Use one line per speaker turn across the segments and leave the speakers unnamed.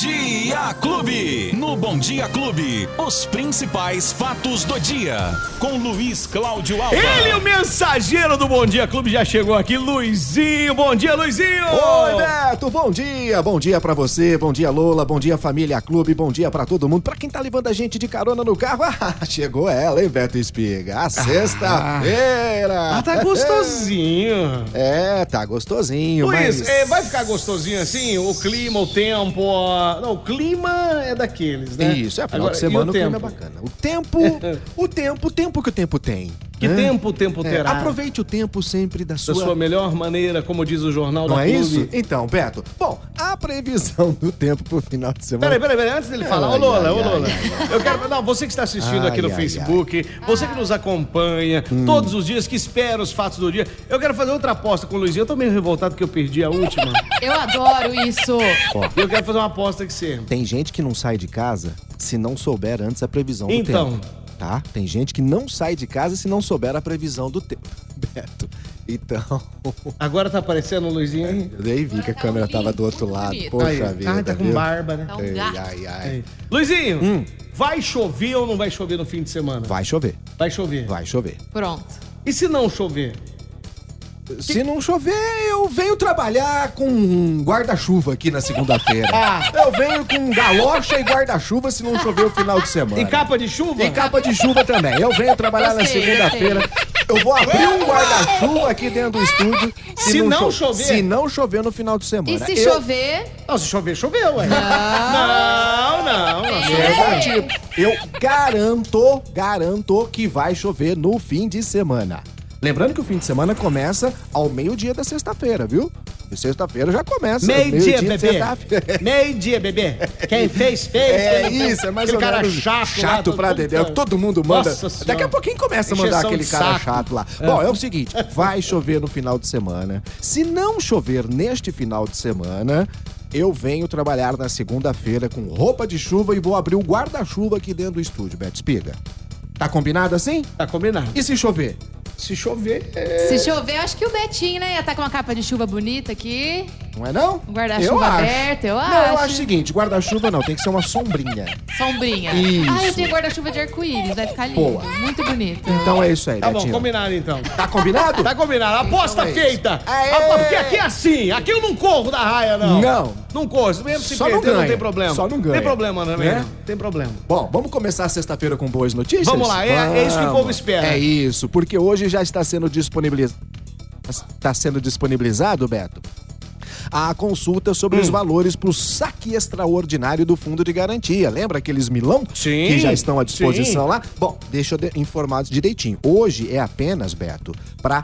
Dia Clube. No Bom Dia Clube, os principais fatos do dia. Com Luiz Cláudio Alba.
Ele, é o mensageiro do Bom Dia Clube, já chegou aqui, Luizinho. Bom dia, Luizinho!
Oi, Neto, bom dia! Bom dia pra você, bom dia, Lola, bom dia, família Clube, bom dia pra todo mundo. Pra quem tá levando a gente de carona no carro, ah, chegou ela, hein, Beto Espiga? A sexta-feira!
Ah, tá gostosinho.
É, tá gostosinho,
Luiz,
mas...
eh, vai ficar gostosinho assim? O clima, o tempo. a- Não, o clima é daqueles, né?
Isso, é final
Agora,
de
e
semana,
o
o clima
tempo.
é bacana. O tempo, o tempo, o tempo que o tempo tem.
Que
né?
tempo o tempo
É,
terá?
aproveite o tempo sempre da
Da
sua...
sua melhor maneira, como diz o jornal
Não
da
é
Clube.
isso? Então, Beto, bom, a previsão do tempo pro final de semana...
Peraí, peraí, peraí, antes dele falar, ô
Ai,
Lola,
ai,
ô
ai,
Lola,
ai,
eu quero, não, você que está assistindo
Ai,
aqui no
ai, Hum.
Facebook, você que nos acompanha todos os dias, que espera os fatos do dia, eu quero fazer outra aposta com o Luizinho, eu tô meio revoltado que eu perdi a última,
Eu adoro isso.
e eu quero fazer uma aposta que você,
Tem gente que não sai de casa se não souber antes a previsão do
Então.
tempo. Tá? Tem gente que não sai de casa se não souber a previsão do tempo. Beto. Então.
agora tá aparecendo o Luizinho aí?
Eu nem vi que a
Tá
câmera
bonito,
tava do outro
muito
lado.
bonito.
Poxa
Aí.
vida.
Ah, tá com
viu?
barba, né?
Tá um
Ei,
gato.
ai, ai.
Aí. Luizinho, vai chover ou não vai chover no fim de semana?
Vai chover,
Vai chover.
vai chover.
Pronto.
E se não chover?
Se não chover, eu venho trabalhar com um guarda-chuva aqui na segunda-feira. eu venho com galocha e guarda-chuva se não chover o final de semana.
E capa de chuva?
E capa de chuva também. Eu venho trabalhar na
Gostei,
segunda-feira. Eu vou abrir um guarda-chuva aqui dentro do estúdio.
Se não
cho-
chover?
Se não chover no final de semana.
E se
Eu-
chover,
Não, se chover, choveu, ué. Não, não, não.
É verdade. Eu garanto, garanto que vai chover no fim de semana. Lembrando que o fim de semana começa ao meio-dia da sexta-feira, viu? E sexta-feira já começa.
Meio-dia,
de
bebê.
sexta-feira.
Meio-dia, bebê. Quem fez, fez.
tá
Quem
É
não fez.
isso, é mais
Aquele
ou
cara
menos
chato.
chato
lá,
pra
todo-
Dedé, é que todo mundo manda.
Nossa Senhora.
Daqui a pouquinho começa a mandar
Encheção
aquele
de
cara
saco.
chato lá. Bom, é o seguinte, vai chover no final de semana. Se não chover neste final de semana, eu venho trabalhar na segunda-feira com roupa de chuva e vou abrir o guarda-chuva aqui dentro do estúdio, Beto Espiga. Tá combinado assim?
Tá combinado.
E se chover?
Se chover, é...
se chover, acho que o Betinho, né, ia tá com uma capa de chuva bonita aqui.
Não é não?
Um guarda-chuva
Eu acho.
aberto, eu
Não, eu
acho.
acho o seguinte, guarda-chuva não, tem que ser uma sombrinha.
Sombrinha.
Isso.
Ah, eu tenho guarda-chuva de arco-íris, vai ficar lindo.
Boa.
Muito bonito.
Então é isso aí,
Tá bom,
Betinho.
combinado então.
Tá combinado?
Tá combinado. Aposta
Então é isso.
feita.
Aê!
Apo- Porque aqui é assim. Aqui eu não corro da raia, não.
Não.
Não corro. Mesmo se
Só não
perder, não,
ganha.
tem problema.
Só não ganha.
Tem problema, não é?
Né?
Tem problema.
Bom, vamos começar a sexta-feira com boas notícias?
Vamos lá, é- é isso que o povo espera.
É isso, porque hoje já está sendo disponibilizado. Está sendo disponibilizado, Beto? A consulta sobre
Hum.
os valores para o saque extraordinário do fundo de garantia. Lembra aqueles milão
Sim,
que já estão à disposição
sim.
lá? Bom, deixa eu de- informar direitinho. Hoje é apenas, Beto, para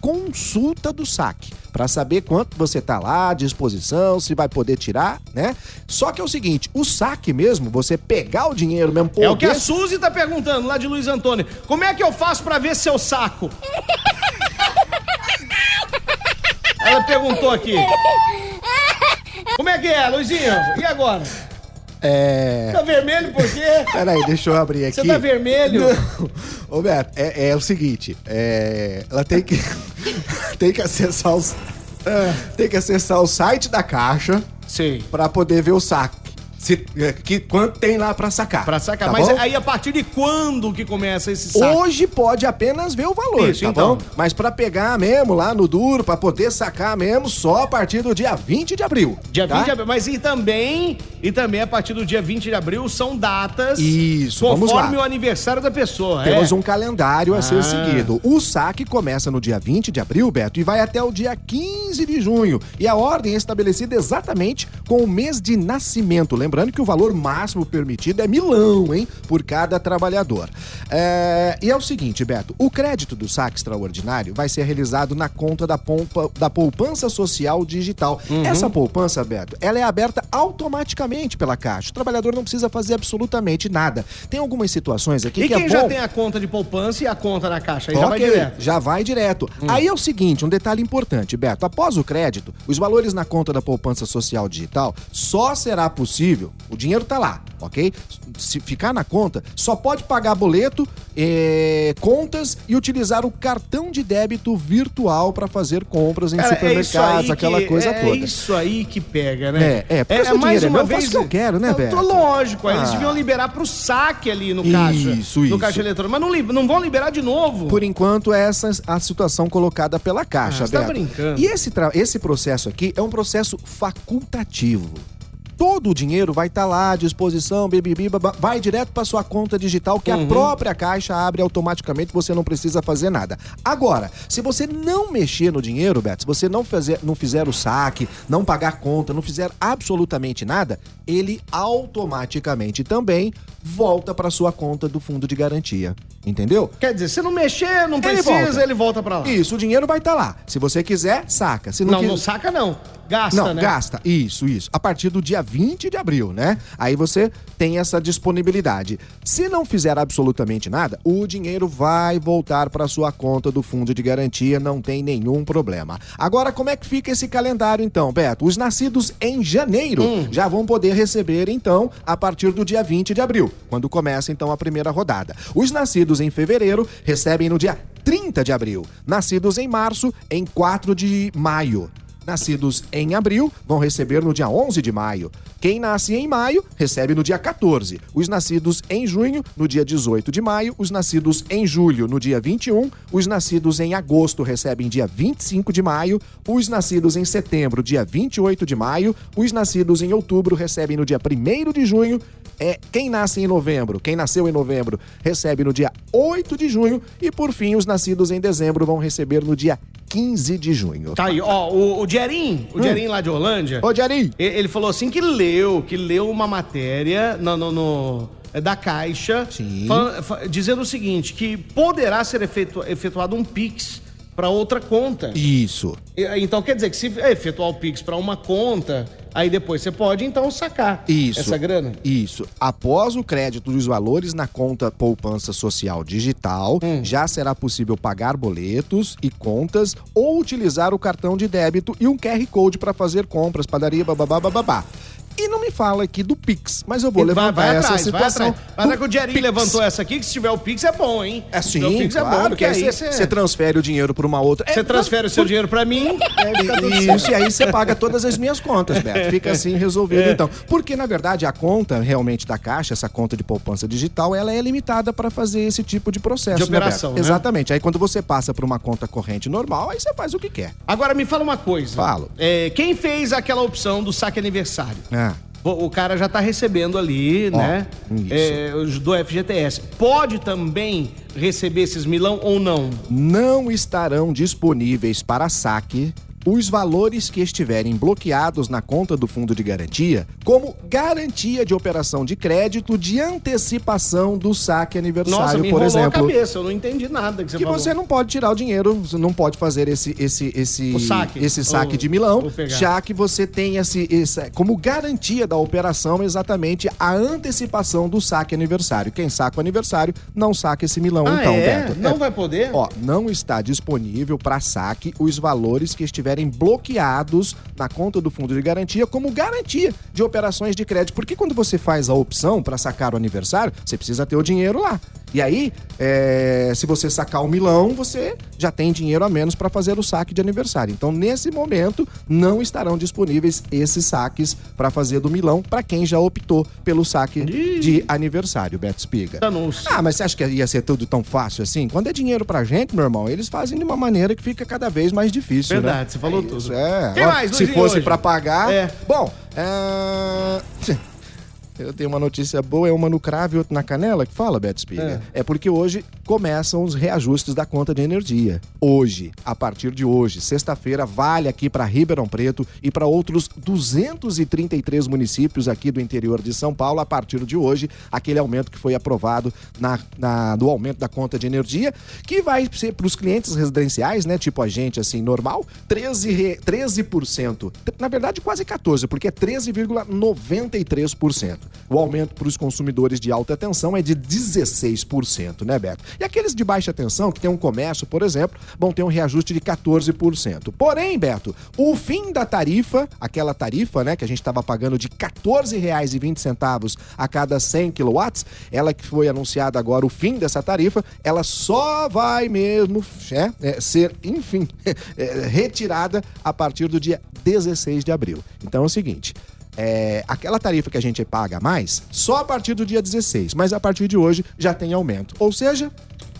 consulta do saque. Para saber quanto você tá lá à disposição, se vai poder tirar, né? Só que é o seguinte, o saque mesmo, você pegar o dinheiro mesmo,
É o que a
poder-
Suzy tá perguntando lá de Luiz Antônio. Como é que eu faço pra ver seu saco? Ela perguntou aqui. Como é que é, Luizinho? E agora?
É.
Tá vermelho por quê?
Peraí, deixa eu abrir aqui.
Você tá vermelho?
Não. Ô, Beto, é, é o seguinte, é, ela tem que tem que acessar os tem que acessar o site da caixa
Sei.
pra poder ver o saque. Se, é, que, quanto tem lá pra sacar.
Pra sacar.
tá
Mas
bom?
aí a partir de quando que começa esse saco?
Hoje pode apenas ver o valor,
Isso,
tá
então.
bom? Mas pra pegar mesmo lá no duro, pra poder sacar mesmo, só a partir do dia 20 de abril.
Dia
tá?
20 de abril. Mas e também, e também a partir do dia 20 de abril são datas
Isso,
conforme
vamos lá.
o aniversário da pessoa.
Temos
é.
um calendário a ser
Ah.
seguido. O saque começa no dia 20 de abril, Beto, e vai até o dia 15 de junho. E a ordem é estabelecida exatamente com o mês de nascimento. Lembrando que o valor máximo permitido é milão, hein? Por cada trabalhador. É, E é o seguinte, Beto, o crédito do saque extraordinário vai ser realizado na conta da, pompa- da poupança social digital.
Uhum.
Essa poupança, Beto, ela é aberta automaticamente pela Caixa. O trabalhador não precisa fazer absolutamente nada. Tem algumas situações
E
aqui que
quem
é
já
bom-
tem a conta de poupança e a conta na caixa? Aí
Ok,
já vai direto. Hum.
já vai direto. Aí é o seguinte, um detalhe importante, Beto. Após o crédito, os valores na conta da poupança social digital só será possível disponível. O dinheiro tá lá, ok? Se ficar na conta, só pode pagar boleto, eh, contas e utilizar o cartão de débito virtual para fazer compras em
Cara,
supermercados,
é que-
aquela coisa
é
toda.
isso aí que pega, né?
É, é, porque seu dinheiro é meu, eu faço o que eu quero, né,
Não,
Beto?
Tô lógico, aí eles
Ah.
deviam liberar pro saque ali no caixa.
Isso,
no
isso.
caixa eletrônico. Mas não, li- não vão liberar de novo.
Por enquanto, essa é a situação colocada pela Caixa,
Ah, você tá
Beto.
brincando.
E esse, tra- esse processo aqui é um processo facultativo. Todo o dinheiro vai estar lá à disposição, bibibi, babá, vai direto para sua conta digital que
Uhum.
a própria Caixa abre automaticamente, você não precisa fazer nada. Agora, se você não mexer no dinheiro, Beto, se você não fazer, não fizer o saque, não pagar conta, não fizer absolutamente nada, ele automaticamente também volta para sua conta do fundo de garantia. Entendeu?
Quer dizer, se não mexer, não precisa, ele volta,
volta.
pra lá.
Isso, o dinheiro vai estar lá. Se você quiser, saca. Se não,
Não,
quiser,
não saca não. Gasta,
não,
né?
gasta. Isso, isso. A partir do dia 20 de abril, né? Aí você tem essa disponibilidade. Se não fizer absolutamente nada, o dinheiro vai voltar para sua conta do fundo de garantia, não tem nenhum problema. Agora, como é que fica esse calendário então, Beto? Os nascidos em janeiro
Hum.
já vão poder receber então a partir do dia 20 de abril, quando começa então a primeira rodada. Os nascidos em fevereiro recebem no dia 30 de abril. Nascidos em março, em 4 de maio. Nascidos em abril vão receber no dia 11 de maio. Quem nasce em maio recebe no dia 14. Os nascidos em junho, no dia 18 de maio. Os nascidos em julho, no dia 21. Os nascidos em agosto recebem dia 25 de maio. Os nascidos em setembro, dia 28 de maio. Os nascidos em outubro recebem no dia 1 de junho. É, quem nasce em novembro, quem nasceu em novembro, recebe no dia 8 de junho. E por fim, os nascidos em dezembro vão receber no dia 15 de junho.
Tá aí, ó, o, o Dierim,
Hum.
o Dierim lá de Holândia,
Ô, Diarim,
e- ele falou assim que leu, que leu uma matéria no, no- no- é da Caixa,
Sim.
falando- fa- dizendo o seguinte, que poderá ser efetu- efetuado um Pix para outra conta.
Isso.
E- Então quer dizer que se efetuar o Pix para uma conta, aí depois você pode então sacar
Isso.
essa grana.
Isso. Após o crédito dos valores na conta poupança social digital,
Hum.
já será possível pagar boletos e contas ou utilizar o cartão de débito e um QR Code para fazer compras, padaria, bababá, bababá. E não me fala aqui do Pix, mas eu vou levantar essa
Vai
situação.
atrás. Vai atrás
do
que o Dierim
Pix.
levantou essa aqui, que se tiver o Pix é bom, hein?
É
Se tiver
sim,
o Pix é
claro,
bom, porque aí você...
você... transfere o dinheiro para uma outra.
Você
É,
transfere o seu dinheiro pra mim.
Isso, e aí você paga todas as minhas contas, Beto. Fica assim resolvido,
É.
então. Porque, na verdade, a conta realmente da Caixa, essa conta de poupança digital, ela é limitada para fazer esse tipo de processo.
De
né, Beto?
operação, né?
Exatamente. Aí quando você passa para uma conta corrente normal, aí você faz o que quer.
Agora me fala uma coisa.
Falo.
É, quem fez aquela opção do saque aniversário?
Ah.
O o cara já tá recebendo ali,
Ó,
né?
isso.
É, os do FGTS. Pode também receber esses milão ou não?
Não estarão disponíveis para saque os valores que estiverem bloqueados na conta do fundo de garantia como garantia de operação de crédito de antecipação do saque aniversário,
Nossa, me
por
enrolou
exemplo.
a cabeça. Eu não entendi nada que você
que
falou.
você não pode tirar o dinheiro, você não pode fazer esse esse esse
O saque.
esse saque
Ou-
de Milão,
ou pegar.
já que você tem esse, esse- como garantia da operação exatamente a antecipação do saque aniversário. Quem saca o aniversário não saca esse Milão
Ah,
então,
é?
Beto.
Não
É.
vai poder?
Ó, não está disponível para saque os valores que estiverem bloqueados na conta do fundo de garantia como garantia de operações de crédito. Porque quando você faz a opção para sacar o aniversário, você precisa ter o dinheiro lá. E aí, é, se você sacar o milão, você já tem dinheiro a menos para fazer o saque de aniversário. Então, nesse momento, não estarão disponíveis esses saques para fazer do milão para quem já optou pelo saque de aniversário, Beto Spiga.
Danou-se.
Ah, mas você acha que ia ser tudo tão fácil assim? Quando é dinheiro pra gente, meu irmão, eles fazem de uma maneira que fica cada vez mais difícil, né?
Verdade, você falou tudo.
Isso, é.
Quem
Ó,
mais,
Se
Luizinho,
fosse
hoje?
pra pagar...
É.
Bom, é... Eu tenho uma notícia boa, é uma no cravo e outra na canela, que fala, Beto Espiga. É. porque hoje começam os reajustes da conta de energia. Hoje, a partir de hoje, sexta-feira, vale aqui para Ribeirão Preto e para outros 233 municípios aqui do interior de São Paulo, a partir de hoje, aquele aumento que foi aprovado na, na- do aumento da conta de energia, que vai ser para os clientes residenciais, né, tipo a gente, assim, normal, 13%, re- 13% na verdade quase 14%, porque é 13,93%. O aumento para os consumidores de alta tensão é de 16%, né, Beto? E aqueles de baixa tensão, que tem um comércio, por exemplo, vão ter um reajuste de 14%. Porém, Beto, o fim da tarifa, aquela tarifa, né, que a gente estava pagando de R$ 14,20 a cada 100 quilowatts, ela que foi anunciada agora o fim dessa tarifa, ela só vai mesmo né, é, ser, enfim, é, retirada a partir do dia 16 de abril. Então é o seguinte. é, aquela tarifa que a gente paga a mais, só a partir do dia 16, mas a partir de hoje já tem aumento. Ou seja,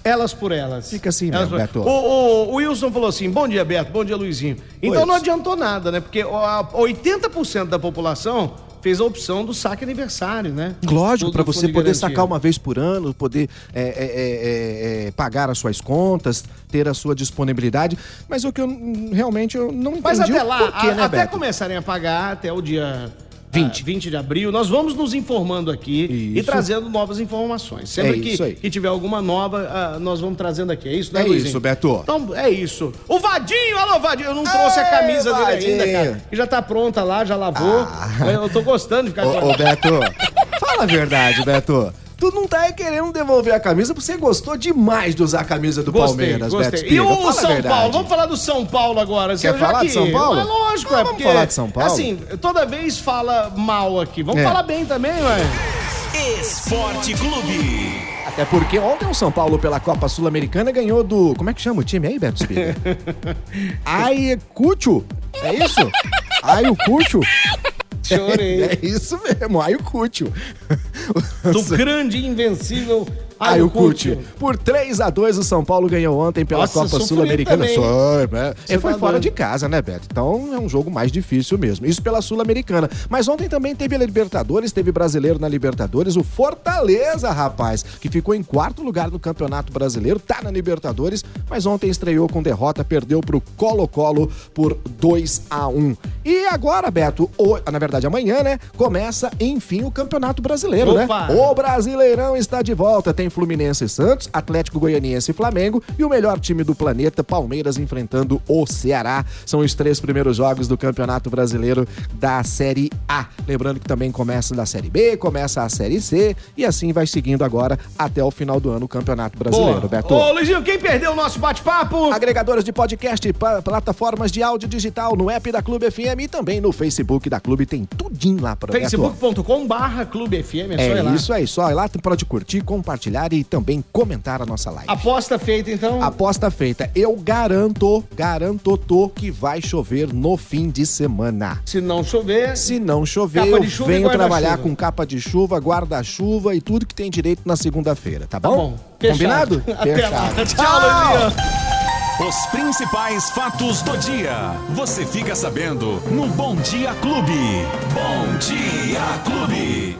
Elas por elas.
Fica assim
Elas por-
mesmo, Beto.
O, o- o Wilson falou assim: bom dia, Beto, bom dia, Luizinho. Então
Pois.
não adiantou nada, né? Porque ó, a- 80% da população fez a opção do saque aniversário, né?
Lógico,
Do- do
para
fundo
você
de
poder
garantia.
sacar uma vez por ano, poder é, é, é, é, é, pagar as suas contas, ter a sua disponibilidade. Mas o que eu hum, realmente eu não entendi
Mas até
o
lá,
porquê,
a-
né,
até é
Beto?
começarem a pagar, até o dia
20.
ah, de abril, nós vamos nos informando aqui e
Isso.
trazendo novas informações. Sempre
É
que,
isso aí.
que tiver alguma nova, ah, nós vamos trazendo aqui. É isso, né,
É
Luizinho?
isso, Beto.
Então, é isso. O Vadinho, alô, Vadinho, eu não trouxe a
Aê,
camisa dele ainda, cara.
Vadinho. Ah.
Que já tá pronta lá, já lavou. Eu tô gostando de ficar com a
Ô, ô, Beto, fala a verdade, Beto. Tu não tá aí querendo devolver a camisa porque você gostou demais de usar a camisa do Palmeiras, Beto
E
Espiga.
o
Fala a
São
verdade.
Paulo? Vamos falar do São Paulo agora. já
Quer falar de São Paulo?
É lógico,
Ah,
é
vamos
porque...
falar de São Paulo?
Assim, toda vez fala mal aqui. Vamos
É.
falar bem também, ué.
Esporte Clube.
Até porque ontem o São Paulo pela Copa Sul-Americana ganhou do... Como é que chama o time aí, Beto Espiga? Ayacucho. É isso? Ayacucho.
Chorei.
É isso mesmo, Ayacucho.
do grande invencível
Ah, Ayacucho.
Ayacucho.
Por 3 a 2 o São Paulo ganhou ontem pela
Nossa,
Copa
sofri
Sul-Americana.
também.
Foi, né?
Você
E foi
tá
fora
doido.
de casa, né, Beto? Então é um jogo mais difícil mesmo. Isso pela Sul-Americana. Mas ontem também teve a Libertadores, teve brasileiro na Libertadores, o Fortaleza, rapaz, que ficou em quarto lugar no Campeonato Brasileiro, tá na Libertadores, mas ontem estreou com derrota, perdeu pro Colo-Colo por 2 a 1. E agora, Beto, o- na verdade amanhã, né, começa enfim o Campeonato Brasileiro,
Opa!
né? O Brasileirão está de volta. Tem Fluminense e Santos, Atlético Goianiense e Flamengo e o melhor time do planeta, Palmeiras, enfrentando o Ceará. São os três primeiros jogos do Campeonato Brasileiro da Série A. Lembrando que também começa da Série B, começa a Série C e assim vai seguindo agora até o final do ano o Campeonato Brasileiro, Beto. Ah,
Ô, Luizinho, quem perdeu o nosso bate-papo?
Agregadoras de podcast, pa- plataformas de áudio digital no app da Clube FM e também no Facebook da Clube. Tem tudinho lá, Beto.
facebook.com barra Clube FM, é só ir lá.
É isso aí, só ir lá, tu pode curtir, compartilhar e também comentar a nossa live.
Aposta feita, então.
Aposta feita, eu garanto, garanto tô que vai chover no fim de semana.
Se não chover,
Se não chover,
Capa de
eu
chuva e
venho
guarda-chuva.
trabalhar com capa de chuva, guarda-chuva e tudo que tem direito na segunda-feira, tá bom?
bom. Fechado.
Combinado?
Até lá. Tchau,
Tchau.
Luizinho.
Os principais fatos do dia. Você fica sabendo no Bom Dia Clube. Bom Dia Clube.